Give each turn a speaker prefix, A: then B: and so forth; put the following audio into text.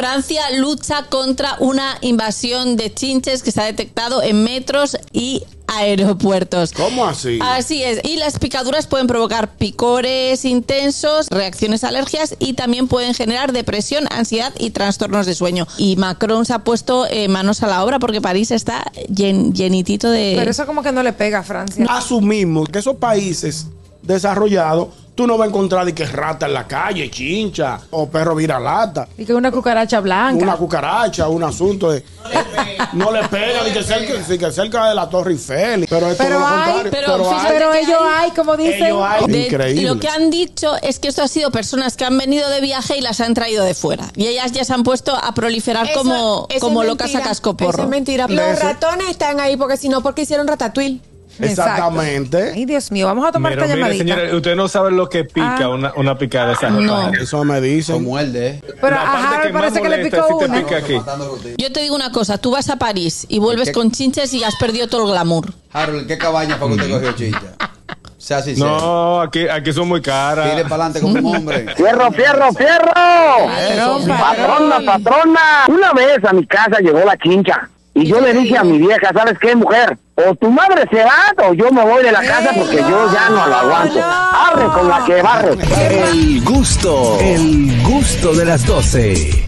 A: Francia lucha contra una invasión de chinches que se ha detectado en metros y aeropuertos.
B: ¿Cómo así?
A: Así Ah, es. Y las picaduras pueden provocar picores intensos, reacciones a alergias y también pueden generar depresión, ansiedad y trastornos de sueño. Y Macron se ha puesto eh, manos a la obra porque París está llen- llenitito de...
C: Pero eso como que no le pega a Francia.
B: Asumimos que esos países desarrollados, tú no vas a encontrar de que rata en la calle, chincha, o perro viralata,
C: Y que una cucaracha blanca.
B: una cucaracha, un asunto de. No le pega, ni que cerca, ni que cerca de la Torre Eiffel. Pero es
C: Pero
B: todo lo
C: hay-
B: contrario.
A: pero fíjate
B: hay.
C: Pero
A: que
C: ellos
A: hay-
C: hay, como dicen.
B: Ellos hay-
A: De-
B: Increíble.
A: Lo que han dicho es que esto ha sido personas que han venido de viaje y las han traído de fuera. Y ellas ya se han puesto a proliferar
D: Eso-
A: Ah, como,
D: eso es
A: como locas a
D: mentira. Eso
A: cascoporro.
D: es mentira.
B: Lese.
D: Los ratones están ahí porque si no, porque hicieron ratatouille.
B: Exactamente.
C: Ay, Dios mío, vamos a tomar
E: Pero
C: esta
E: mire,
C: llamadita.
E: señores, usted no sabe lo que pica
C: Ah.
E: una, una picada de esa
A: No.
B: Eso me dicen.
F: ¿eh?
C: Pero a Harold parece que le picó una.
E: pica aquí.
A: Yo te digo una cosa, tú vas a París y vuelves con chinches y has perdido todo el glamour.
F: Harold, ¿qué cabaña fue que usted cogió chicha? Sea sincero.
E: No, ah. aquí, aquí son muy
F: Tire
E: caras.
F: para adelante como un hombre.
G: ¡Fierro, fierro, fierro!
C: Patrón,
G: Patrona,
C: patrón.
G: patrona. Una vez a mi casa llegó la chincha. Y yo le dije a mi vieja, ¿sabes qué, mujer? O tu madre se va o yo me voy de la casa porque yo ya no la aguanto.
C: no.
G: Arre con la que barre.
H: El gusto, el gusto de las doce.